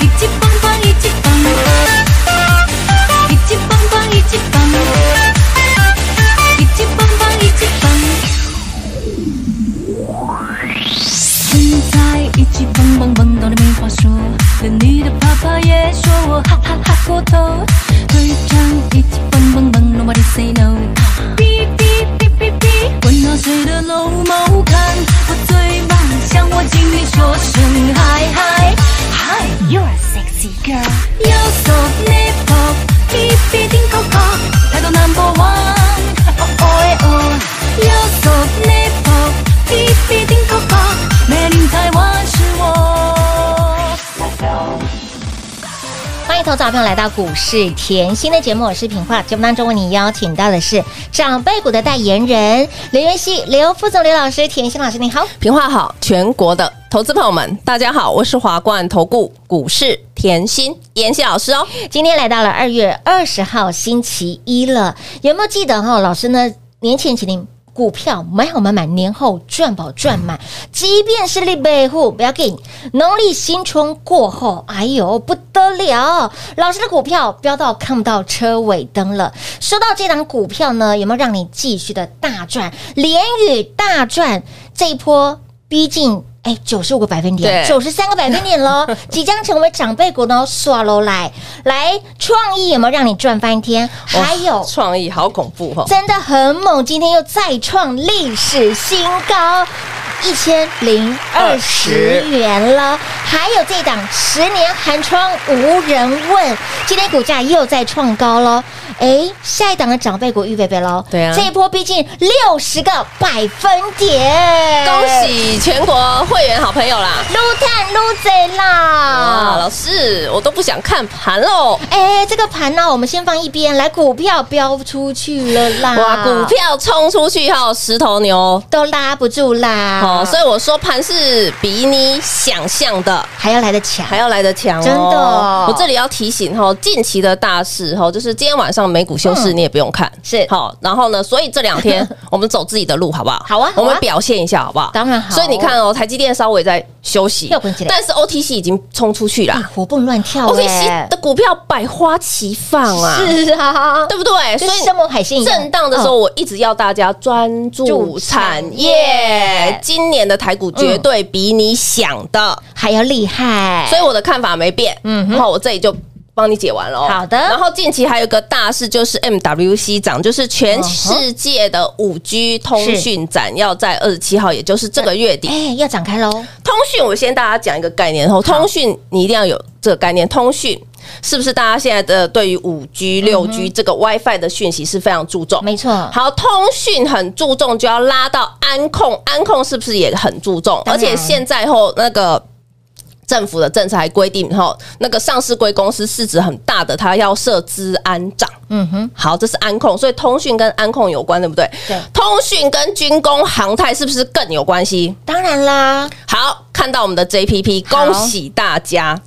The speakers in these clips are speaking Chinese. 一级棒棒，一级棒，一级棒棒，一级棒，一级棒棒，一级棒。现在一级棒棒棒到你没话说，连你的爸爸也说我哈哈哈过头。会唱一级棒棒棒，Nobody say no。哔哔哔哔哔，管他谁的老猫看，我最棒，向我尽力说声嗨嗨嗨，You're a sexy girl。右手 n 泡，哔哔顶扣扣，态度 number one。哦哦耶哦，右手 n 泡，哔哔顶扣扣，美丽台湾是我。欢迎投资好朋友来到股市甜心的节目，我是品化。节目当中为你邀请到的是长辈股的代言人刘元熙、刘副总、刘老师、甜心老师，你好。平话好，全国的投资朋友们，大家好，我是华冠投顾股市甜心妍希老师哦。今天来到了二月二十号星期一了，有没有记得哈、老师呢，年前请您。股票买好买满，年后赚饱赚满。即便是立备户，不要紧。农历新春过后，哎呦不得了！老师的股票飙到看不到车尾灯了。说到这档股票呢，有没有让你继续的大赚？连雨大赚，这一波逼近。哎，九十五个百分点，对九十三个百分点 喽，即将成为长辈股呢，刷喽来来，创意有没有让你赚翻天？哇 还有创意好恐怖哦，真的很猛，今天又再创历史新高。一千零二十元了，还有这档十年寒窗无人问，今天股价又在创高喽。哎，下一档的长辈股预备备喽。对啊这一波逼近六十个百分点，恭！喜全国会员好朋友啦！撸碳撸贼啊，啦！老师，我都不想看盘喽。哎，这个盘呢、我们先放一边，来股票飙出去了啦！哇，股票冲出去后，十头牛哦都拉不住啦！哦，所以我说盘是比你想象的还要来得强还。要来得强哦。真的哦我这里要提醒哈，近期的大事哈，就是今天晚上美股休市，嗯你也不用看，是好。然后呢，所以这 两天我们走自己的路，好不好？好啊好啊我们表现一下，好不好？当然好所以你看哦，台积电稍微在休息又滚起，来但是 OTC 已经冲出去哎啦。活蹦乱跳 OTC 哎、的股票百花齐放啊，是啊，对不对？就嗯所是以生猛海鲜一样哦震荡的时候，我一直要大家专注产业。今年的台股绝对比你想的还要厉害，所以我的看法没变。哎嗯嗯，哼然后我这里就帮你解完了。哦好的然后近期还有一个大事就是 MWC 展，就是全世界的五 G 通讯展，要在二十七号，也就是这个月底。哎要展开喽，通讯，我先大家讲一个概念哦，通讯你一定要有这个概念，通讯。是不是大家现在的对于五 G、六 G 这个 WiFi 的讯息是非常注重？嗯没错好，通讯很注重，就要拉到安控，安控是不是也很注重？当而然且现在后那个。政府的政策还规定，吼，那个上市贵公司市值很大的，它要设资安长。嗯哼，好，这是安控，所以通讯跟安控有关，对不对？对通讯跟军工、航太是不是更有关系？当然啦，好，看到我们的 JPP，好恭喜大家！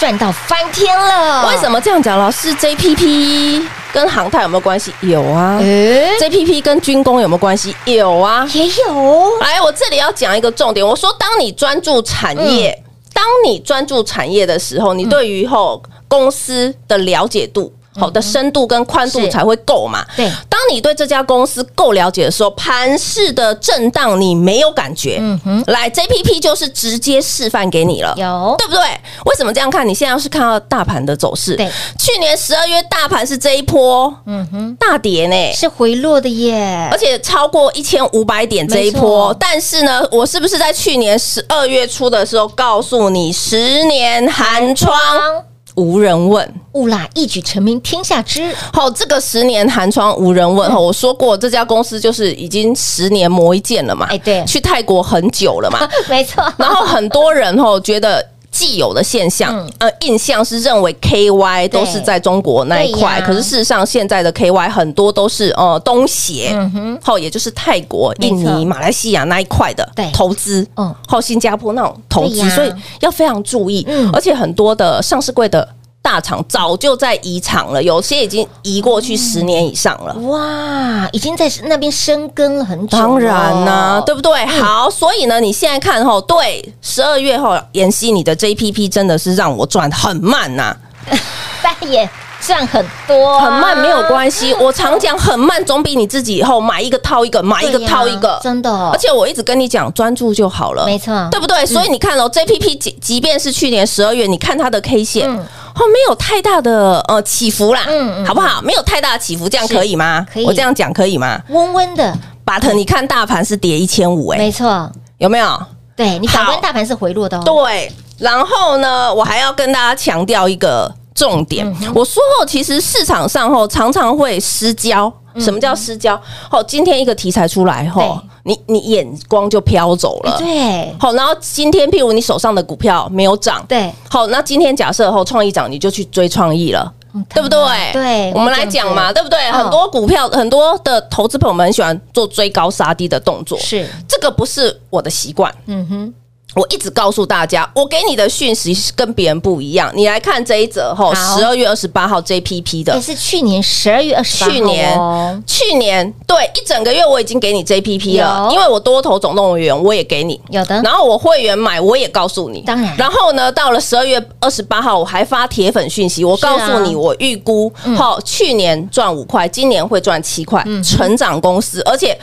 赚到翻天了，为什么？么这样讲？老师，JPP 跟航太有没有关系？有啊。哎、 JPP 跟军工有没有关系？有啊。也有，来，我这里要讲一个重点，我说，当你专注产业，嗯当你专注产业的时候，你对于后公司的了解度。好的深度跟宽度嗯是才会够嘛。对当你对这家公司够了解的时候，盘市的震荡你没有感觉。嗯哼，来 JPP 就是直接示范给你了。有对不对？为什么这样看？你现在要是看到大盘的走势，对，去年十二月大盘是这一波，嗯哼，大跌呢、是回落的耶，而且超过一千五百点这一没波错，但是呢，我是不是在去年十二月初的时候告诉你，十年寒窗无人问？勿啦，一举成名天下知，好，这个十年寒窗无人嗯问哈，我说过这家公司就是已经十年磨一剑了嘛，哎对去泰国很久了嘛， 没错，然后很多人吼觉得。既有的现象，嗯呃，印象是认为 KY 都是在中国那一块，对呀可是事实上现在的 KY 很多都是呃东协，好、也就是泰国、嗯没印错尼、马来西亚那一块的对投资，嗯嗯，好新加坡那种投对资，呀所以要非常注意，嗯而且很多的上市柜的。大厂早就在移厂了，有些已经移过去嗯十年以上了。哇，已经在那边生根了很久了，当然哦啦、对不对？嗯好，所以呢，你现在看吼，对，十二月后，妍希你的 JPP 真的是让我赚很慢呐、但也赚很多啊、很慢没有关系。我常讲，很慢总比你自己以后买一个套一个，买一个对呀套一个，真的而且我一直跟你讲，专注就好了，没错嗯对不对？所以你看哦，JPP 即即便是去年十二月，你看它的 K 线，嗯哦，没有太大的呃起伏啦，嗯嗯好不好？没有太大的起伏，这样是可以吗？可以我这样讲可以吗？温温的，巴特，你看大盘是跌一千五，哎没，错，有没有？对你反观好大盘是回落的哦，对，然后呢，我还要跟大家强调一个重点，嗯我说后其实市场上后常常会失焦。嗯什么叫失焦？哦，今天一个题材出来后，你你眼光就飘走哎了。对好，然后今天譬如你手上的股票没有涨，对，好，那今天假设后创意涨，你就去追创意了。嗯对不对？对，我们来讲嘛，会对不对？嗯很多股票，很多的投资朋友们很喜欢做追高杀低的动作，这样子，是，这个不是我的习惯。嗯哼，我一直告诉大家，我给你的讯息是跟别人不一样。你来看这一则吼，好哎十二月二十八号 JPP 也的，是去年十二月二十八去年哦，去年对一整个月我已经给你 JPP 了，有因为我多头总动员我也给你，有的然后我会员买我也告诉你，当然然后呢，到了十二月二十八号，我还发铁粉讯息，我是啊嗯告诉你，我预估好去年赚五块，今年会赚七块，成长公司，而且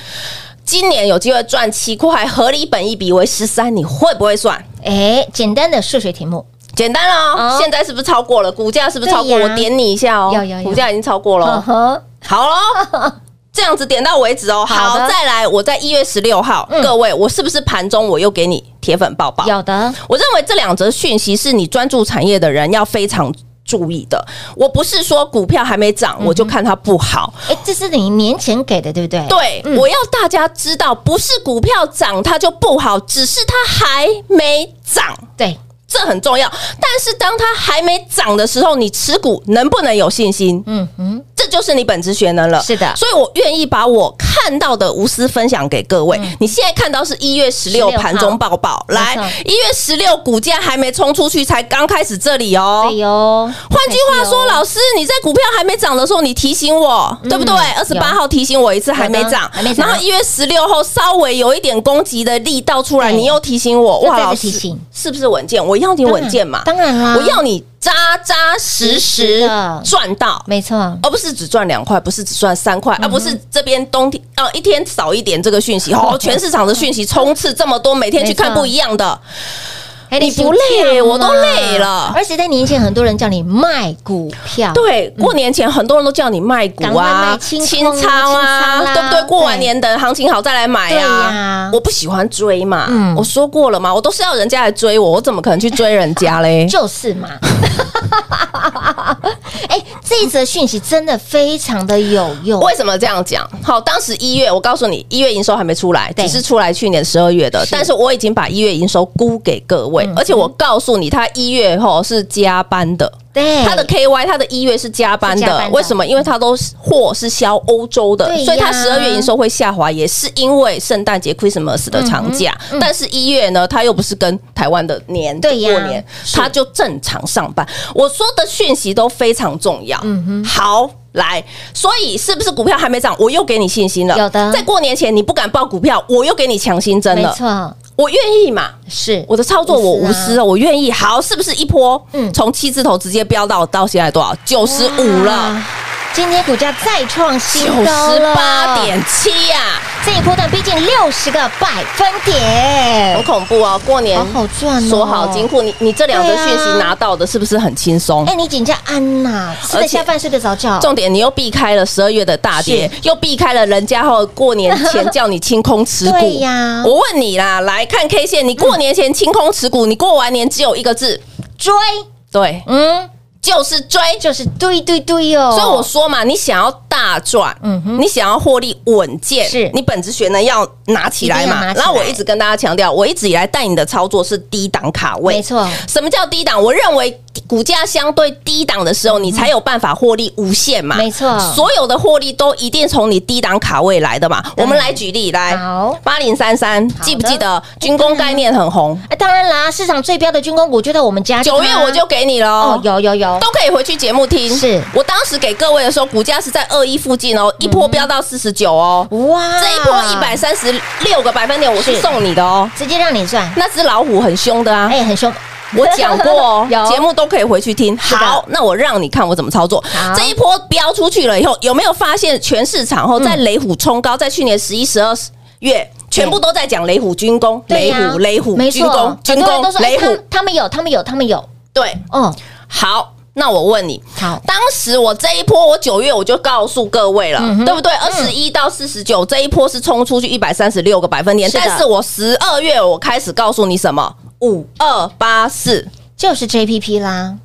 今年有机会赚七块，合理本益比为十三，你会不会算？哎，简单的数学题目，简单了、哦哦，现在是不是超过了？股价是不是超过？对呀我点你一下哦有有有，股价已经超过了呵哦，呵，好 喽，这样子点到为止哦。好好，的再来，我在一月十六号，嗯各位，我是不是盘中我又给你铁粉抱抱？有的，我认为这两则讯息是你专注产业的人要非常注意的。我不是说股票还没涨，嗯我就看它不好，哎，这是你年前给的，对不对？对，嗯我要大家知道，不是股票涨它就不好，只是它还没涨。对，这很重要。但是当它还没涨的时候，你持股能不能有信心？嗯哼，这就是你本职学能了。是的所以我愿意把我看到的无私分享给各位。嗯你现在看到是一月十六16盘中报报，没来错一月十六股价还没冲出去，才刚开始这里哦。对哦哟。换句话说，老师，你在股票还没涨的时候，你提醒我，对不对？二十有八号提醒我一次还没涨嗯还没，涨然后一月十六号稍微有一点攻击的力道出来，对你又提醒我，这哇，再次老提师醒是不是稳健？我要你稳健嘛，当然啦，我要你扎扎实实实实啊的赚到。没错，而不是只赚两块，不是只赚三嗯块，啊而不是这边冬天哦、一天少一点这个讯息 哦，全市场的讯息冲刺这么多，每天去看没错不一样的，哎你不累我都累了而且在年前，很多人叫你卖股票，对，过年前很多人都叫你卖嗯股赶快卖啊、清空仓清仓啦啊，对不对？过完对年等行情好再来买对呀啊。我不喜欢追嘛嗯，？我说过了嘛，我都是要人家来追我，我怎么可能去追人家嘞就是嘛。 哎，这一则讯息真的非常的有用，为什么这样讲？好，当时一月，我告诉你，一月营收还没出来，对只是出来去年十二月的是，嗯但是我已经把一月营收估给各位，而且我告诉你，它一月后是加班的，对它的 KY，它的一月是加班哦是的，加班的为什么？因为它都是货是销欧洲的对呀，所以它十二月营收会下滑，也是因为圣诞节 Christmas 的长假。嗯但是一月呢，它又不是跟台湾的年对呀过年，它就正常上班。我说的讯息都非常重要。嗯好。来，所以是不是股票还没涨，我又给你信心了？有的在过年前你不敢报股票，我又给你强心针没了。错，我愿意嘛？是我的操作我无私啊哦，我愿意。好，是不是一波？嗯嗯，从七字头直接飙到到现在多少？九十五了，哇今天股价再创新九高十了八，点七啊呀，这一波段逼近六十个百分点很，恐怖哦！过年好好赚哦，锁好金库，你你这两则对啊讯息拿到的是不是很轻松哎、？你请假安呐、吃得而且下饭，睡得着觉。重点，你又避开了十二月的大跌，又避开了人家后过年前叫你清空持股。 对呀我问你啦，来看 K 线，你过年前清空持股，你过完年只有一个字，追，对，嗯，就是追。就是对对对哦。所以我说嘛，你想要大赚，嗯嗯哼你想要获利稳健，是你本职学能要拿起来一定要拿嘛。起来然后我一直跟大家强调，我一直以来带你的操作是低档卡位，没错什么叫低档？我认为股价相对低档的时候，你才有办法获利无限嘛。没错所有的获利都一定从你低档卡位来的嘛。对我们来举例，来好八零三三，记不记得军工概念很红？啊，当然啦，市场最标的军工股就在我们家。九月我就给你了哦，有有有，都可以回去节目听。是我当时给各位的时候，股价是在二一附近哦，一波飙到四十九哦，嗯哇这一波一百，三十六个百分点，我是是送你的哦。直接让你赚，那只老虎很凶的啊，哎，很凶。我讲过哦， 有节目都可以回去听。是的好，那我让你看我怎么操作好。这一波飙出去了以后，有没有发现全市场嗯后在雷虎冲高，在去年十一、十二月。全部都在讲雷虎军工，对雷呀虎雷虎没军工错，军很多人工都说哎雷虎他，他们有，他们有，他们有。对，哦，好，那我问你，好当时我这一波，我九月我就告诉各位了，嗯哼对不对？二十一到四十九这一波是冲出去一百三十六个百分点，是的但是我十二月我开始告诉你什么？五二八四。就是 JPP 啦，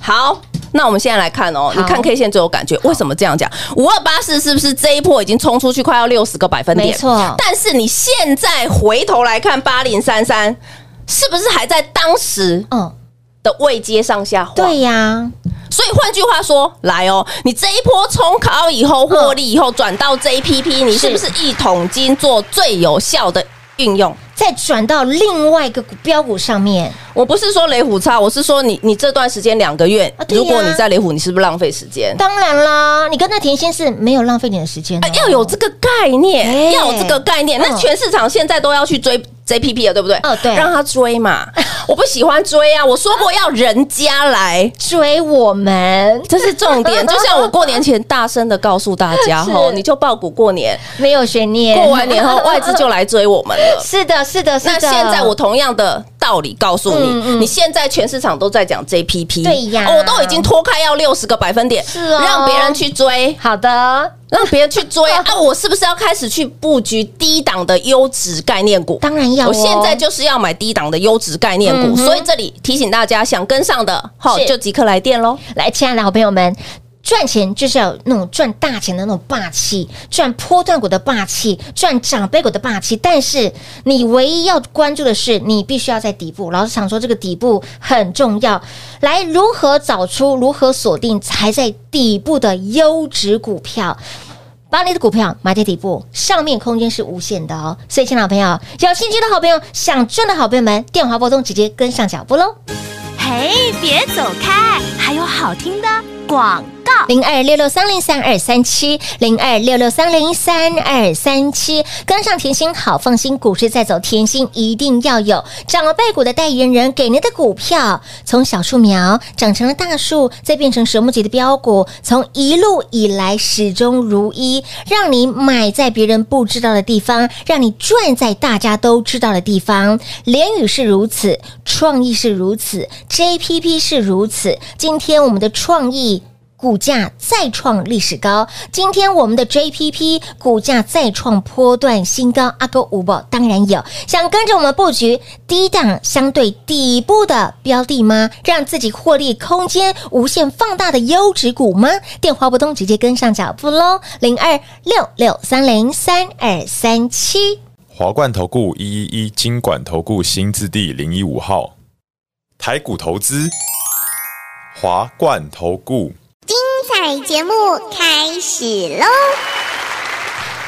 好，那我们现在来看哦，你看 K 线最有感觉。为什么这样讲？五二八四是不是这一波已经冲出去快要六十个百分点？没错但是你现在回头来看八零三三，是不是还在当时嗯，的位阶上下晃？对呀，所以换句话说，来哦，你这一波冲考以后获利以后转到 JPP，你是不是一桶金做最有效的运用？再转到另外一个股标股上面，我不是说雷虎差，我是说你你这段时间两个月啊，对呀啊如果你在雷虎，你是不是浪费时间？当然啦，你跟那甜心是没有浪费你的时间的啊，要有这个概哎念，要有这个概念。那嗯全市场现在都要去追 JPP 了，对不对？哦对让他追 嘛。我不喜欢追啊，我说过要人家来。追我们，这是重 点，就像我过年前大声的告诉大家，是吼，你就爆股过年，没有悬念。过完年后， 外资就来追我们了。是的，是的，是的。那现在我同样的道理告诉你，嗯嗯你现在全市场都在讲 JPP，对呀哦我都已经脱开要六十个百分点，是哦让别人去追，好的，让别人去 追啊！我是不是要开始去布局低档的优质概念股？当然要哦我现在就是要买低档的优质概念嗯股，哼所以这里提醒大家，想跟上的，好是就即刻来电喽。来，亲爱的好朋友们。赚钱就是要有那种赚大钱的那种霸气，赚波段股的霸气，赚长辈股的霸气。但是你唯一要关注的是，你必须要在底部。老师常说这个底部很重要，来如何找出、如何锁定还在底部的优质股票。把你的股票买在底部，上面空间是无限的哦。所以，亲爱的朋友，有兴趣的好朋友，想赚的好朋友们，电话拨通，直接跟上脚步喽。嘿，别走开，还有好听的广告。零二六六三零三二三七，零二六六三零三二三七，跟上甜心好放心，股市在走，甜心一定要有长辈股的代言人给您的股票，从小树苗长成了大树，再变成蛇木级的标股，从一路以来始终如一，让你买在别人不知道的地方，让你赚在大家都知道的地方。联宇是如此，创意是如此，JPP 是如此。今天我们的创意。股价再创历史高。今天我们的 JPP 股价再创波段新高，阿哥五宝当然有。想跟着我们布局低档相对底部的标的吗？让自己获利空间无限放大的优质股吗？电话不通，直接跟上脚步喽，零二六六三零三二三七。华冠投顾一一一金管投顾新字第零一五号，台股投资，华冠投顾。彩节目开始喽！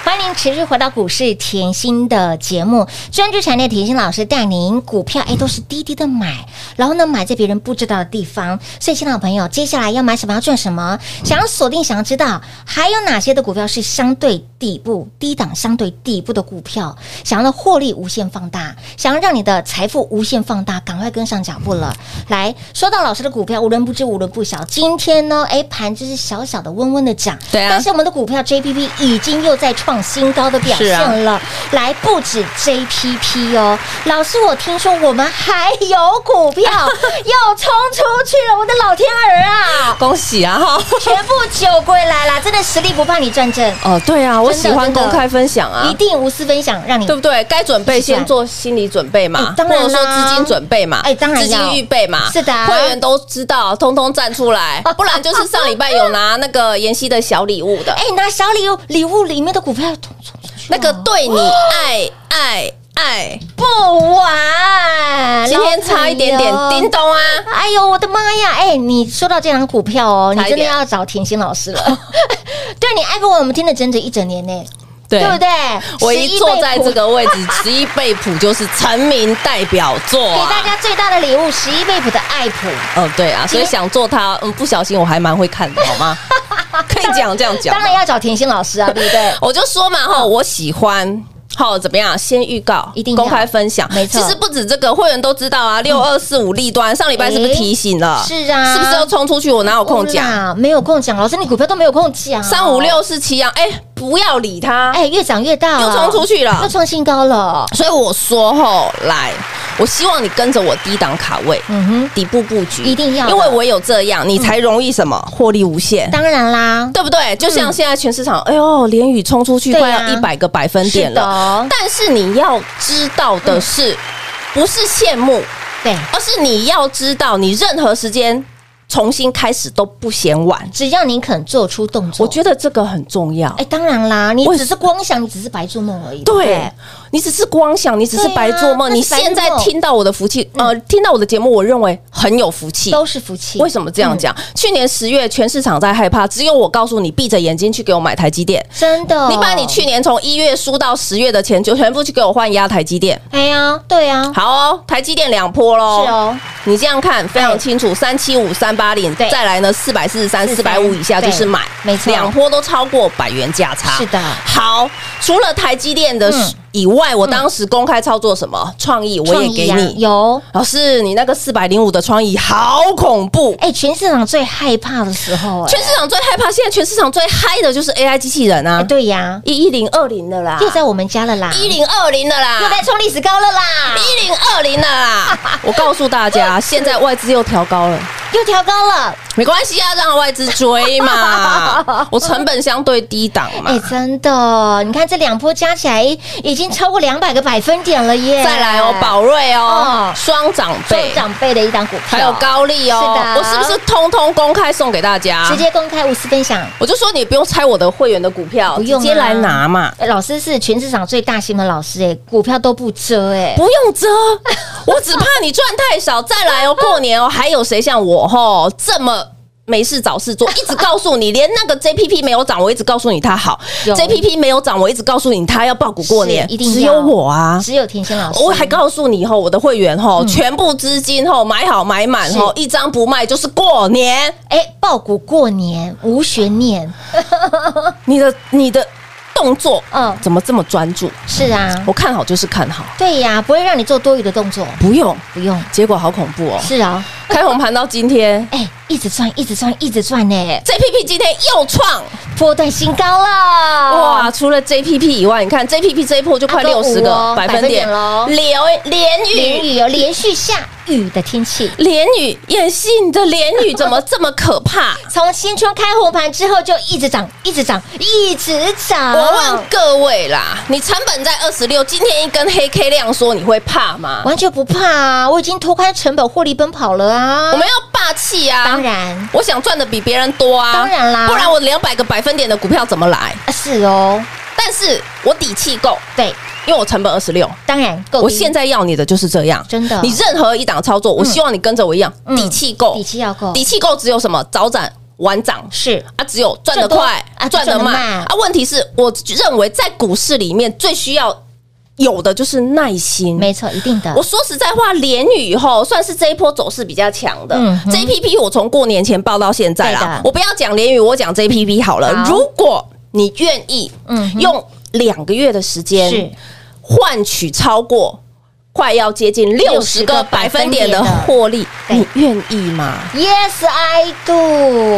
欢迎持续回到股市甜心的节目，专注产业甜心老师带您股票，哎，都是低低的买，然后呢，买在别人不知道的地方。所以，新老朋友，接下来要买什么，要赚什么，想要锁定，想要知道还有哪些的股票是相对底部、低档、相对底部的股票，想要获利无限放大，想要让你的财富无限放大，赶快跟上脚步了。来说到老师的股票，无人不知，无人不晓。今天呢，哎，盘就是小小的、温温的涨，对啊但是我们的股票 JPP 已经又在创新高的表现了，来不止 JPP 哦，老师，我听说我们还有股票又冲出去了，我的老天儿啊！恭喜啊哈！全部酒归来啦，真的实力不怕你战阵，哦，对啊，我喜欢真的公开分享啊一，定无私分享，让你对不对？该准备先做心理准备嘛嗯哎，当然啦或者说资金准备嘛，哎当然要资金预备嘛，是的啊会员都知道，通通站 出来，不然就是上礼拜有拿那个妍希的小礼物的哎，，拿小礼物礼物里面的股票冲冲出去，那个对你爱爱爱，不玩，今天差一点点老朋友叮。咚啊！哎呦，我的妈呀！哎，你说到这张股票哦，你差一真点的要找甜心老师了。 对你爱不完，我们听了整整一整年呢，对不对？我一坐在11这倍个位置，十一倍谱就是成名代表作谱，给大啊。家最大的礼物，十一倍谱的爱普，哦，对啊，所以想做它，嗯，不小心我还蛮会看的，好 吗？可以讲这样讲当吗，然要找甜心老师啊， 对不对？嗯我就说嘛，哈，我喜欢。好，怎么样？先预告，一定要公开分享。没错嗯其实不止这个，会员都知道啊。六二四五立端，上礼拜是不是诶提醒了？是啊哦是不是要冲出去？我哪有空讲？啦，没有空讲，老师你股票都没有空讲，三五，六四七阳，哎，不要理他。哎，越长越大，又冲出去了又创新高了，所以我说吼，来，我希望你跟着我低档卡位，嗯哼，底部布局，一定要的嗯因为唯有这样，你才容易什么获利无限。当然啦，对不对？就像现在全市场，哎呦，连雨冲出去对啊快要一百个百分点是的了哦。但是你要知道的是，不是羡慕，对，而是你要知道，你任何时间重新开始都不嫌晚。只要你肯做出动作，我觉得这个很重要哎，。当然啦，你为只是光想，你只是白做梦而已，不对你只是光想，你只是对啊白做梦。那你是白现在做梦听到我的福气，呃，听到我的节目，我认为很有福气。都是嗯福气。为什么这样讲？去年十月，全市场在害怕，只有我告诉你，闭着眼睛去给我买台积电。真的，你把你去，年从一月输到十月的钱，就全部去给我换压台积电。哎呀，对呀，好哦，台积电两波喽。是哦，你这样看非常清楚，三七五、三八零，对再来呢四百四十三、四百五443以下就是买，对没错两波都超过百元价差。是的好，除了台积电的嗯以外，我当时公开操作什么创意，我也创给意啊你。有。老师，你那个四百零五的创意好恐怖。哎，全市场最害怕的时候，哎全市场最害怕，现在全市场最嗨的就是 AI 机器人哎，啊，对呀，一一零二零的啦，又在我们家了啦，一零二零的啦，又在创历史高了啦，一零二零的啦。 我告诉大 家，现在外资又调高了，又调高了，没关系啊，让外资追 嘛，我成本相对低档嘛哎，。真的，你看这两波加起来已经超过两百个百分点了耶！再来哦，宝瑞哦哦，双长辈做，长辈的一档股票，还有高丽哦是，的我是不是通通公开送给大家直？接公开无私分享，我就说你不用拆我的会员的股票，不直用啊接来拿嘛。哎老师是全市场最大型的老师，哎，股票都不遮，哎， 不用遮，我只怕你赚太少。再来哦，过年哦，还有谁像我吼这么？没事找事做，一直告诉你，连那个 JPP 没有涨，我一直告诉你它好有；JPP 没有涨，我一直告诉你它要报股过年，是一定嗯要只有我啊！只有甜心老师，我还告诉你吼，我的会员吼，全部资金吼买好买满吼，一张不卖就是过年。哎，爆股过年无悬念，你的你的动作，嗯嗯，怎么这么专注？是啊我，看好就是看好，对呀，不会让你做多余的动作，不用。不用，结果好恐怖哦！是啊，开红盘到今天哎，一直赚，一直赚，一直赚，哎， ，JPP 今天又创波段新高了，哇，！除了 JPP 以外，你看 JPP 这一波就快它跟六十五个哦百分点百分点咯连连连雨，雨有哦连续下雨的天气，连雨，演戏你的连雨怎么这么 可怕？从新春开红盘之后就一直涨，一直涨，一直涨。我问各位啦，你成本在二十六，今天一根黑 K 量说你会怕吗？完全不怕啊，我已经脱开成本获利奔跑了啊。我们要霸气啊！当，然我想赚的比别人多啊！当然啦不然我两百个百分点的股票怎么来？啊是哦，但是我底气够，对，因为我成本二十六，当然够低。我现在要你的就是这样，真的你任何一档操作，我希望你跟着我一样，嗯底气够，底气要够底气够只有什么早涨晚涨。是啊，只有赚得快赚多啊，赚得赚得慢慢啊。问题是我认为在股市里面最需要有的就是耐心。没错，一定的我。说实在话，连雨以后算是这一波走势比较强的。嗯哼 JPP 我从过年前报到现在对啦的，我不要讲连雨，我讲 JPP 好了。好如果你愿意嗯哼用两个月的时是间换取超过快要接近六十个百分点的获利，对你愿意吗？ Yes, I do。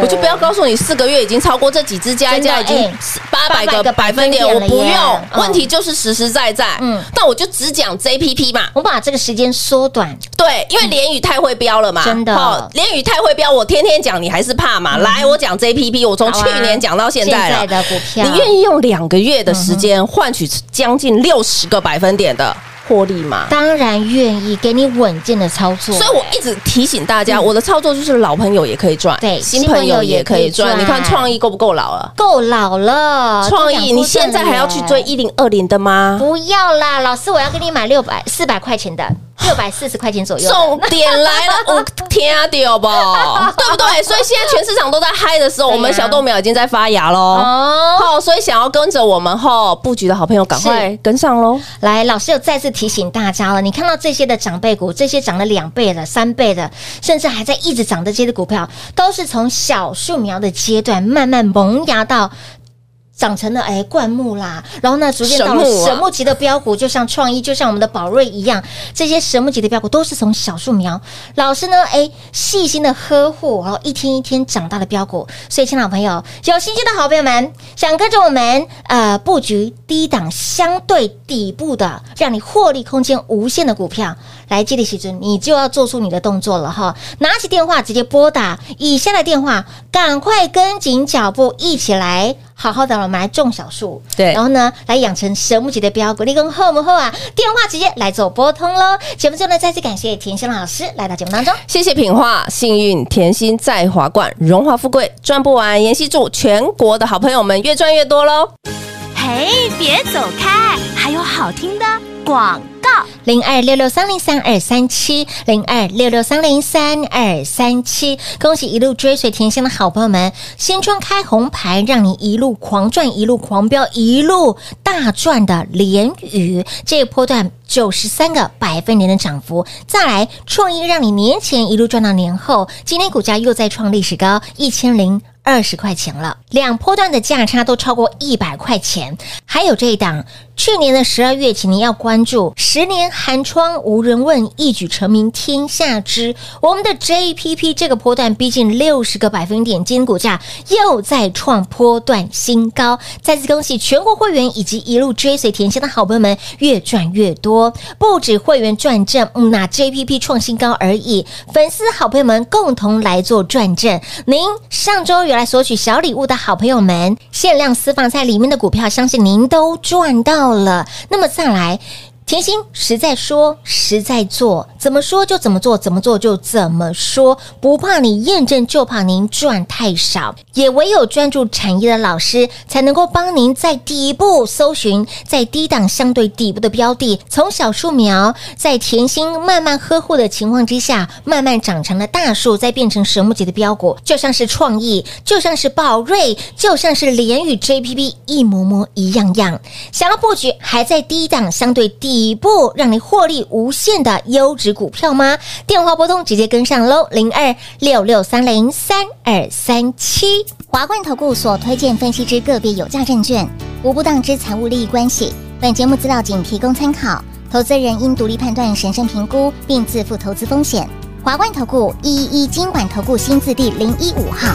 我就不要告诉你，四个月已经超过这几只加一加已哦真的经八百800个个百分点，百我分点不了耶用。嗯问题就是实实在在，嗯嗯，但我就只讲 JPP 嘛，我把这个时间缩短，对，因为连宇太会标了嗯嘛，真的嗯好连宇太会标，我天天讲，你还是怕嘛？来，我讲 JPP，我从好去啊年讲到现现在在了，的股票，嗯你愿意用两个月的时间换取将近六十个百分点的获利吗？当然愿意给你稳健的操作，所以我一直提醒大家，我的操作就是老朋友也可以赚，嗯对新朋友也可以赚。新朋友你也可以赚看创意够不够老啊？够老了。创都意，养你过这现在里还要去追？一零二零的吗？不要啦，老师，我要给你买六百四百块钱的，六百四十块钱左右的。重点来了，我听到不？对不对？所以现在全市场都在嗨的时候，对啊我们小豆苗已经在发芽喽。哦，好，所以想要跟着我们后布局的好朋友，赶快跟上喽！来，老师又再次提醒大家了，你看到这些的长辈股，这些涨了两倍的、三倍的，甚至还在一直涨的这些的股票，都是从小树苗的阶段慢慢萌芽到。长成了哎灌木啦，然后呢，逐渐到了神木啊神木级的标股，就像创意，就像我们的宝瑞一样，这些神木级的标股都是从小树苗，老师呢，哎，细心的呵护，然后一天一天长大的标股。所以，亲老朋友，有兴趣的好朋友们，想跟着我们呃布局低档相对底部的，让你获利空间无限的股票，来接力洗准，你就要做出你的动作了哈！拿起电话直接拨打以下的电话，赶快跟紧脚步，一起来。好好的，我们来种小树，对然后呢，来养成神木级的标股，立跟后不后啊？电话直接来做拨通喽。节目最后呢，再次感谢田心老师来到节目当中。谢谢品画、幸运、甜心在华冠，荣华富贵赚不完。妍希祝全国的好朋友们越赚越多喽！嘿，别走开，还有好听的广告。零二六六三零三二三七，零二六六三零三二三七。恭喜一路追随甜心的好朋友们，新春开红牌，让你一路狂赚，一路狂飙，一路大赚的连雨，这一波段九十三个百分点的涨幅。再来，创意让你年前一路赚到年后，今天股价又再创历史高一千零。二十块钱了，两波段的价差都超过一百块钱。还有这一档，去年的十二月起，你要关注十年寒窗无人问，一举成名天下知。我们的 JPP 这个波段逼近六十个百分点，今天股价又再创波段新高。再次恭喜全国会员以及一路追随甜心的好朋友们，越赚越多，不止会员赚正，嗯，那 JPP 创新高而已，粉丝好朋友们共同来做转正。您上周有来索取小礼物的好朋友们，限量私放在里面的股票，相信您都赚到了。那么再来。甜心实在说，实在做，怎么说就怎么做，怎么做就怎么说，不怕你验证，就怕您赚太少。也唯有专注产业的老师，才能够帮您在底部搜寻，在低档相对底部的标的，从小树苗，在甜心慢慢呵护的情况之下，慢慢长成了大树，再变成神木级的标股，就像是创意，就像是宝瑞，就像是联宇 JPP 一模模一样样。想要布局还在低档相对底部，让你获利无限的优质股票吗？电话拨通直接跟上喽，零二六六三零三二三七。华冠投顾所推荐分析之个别有价证券，无不当之财务利益关系。本节目资料仅提供参考，投资人应独立判断、审慎评估，并自负投资风险。华冠投顾一一一金管投顾新字第零一五号。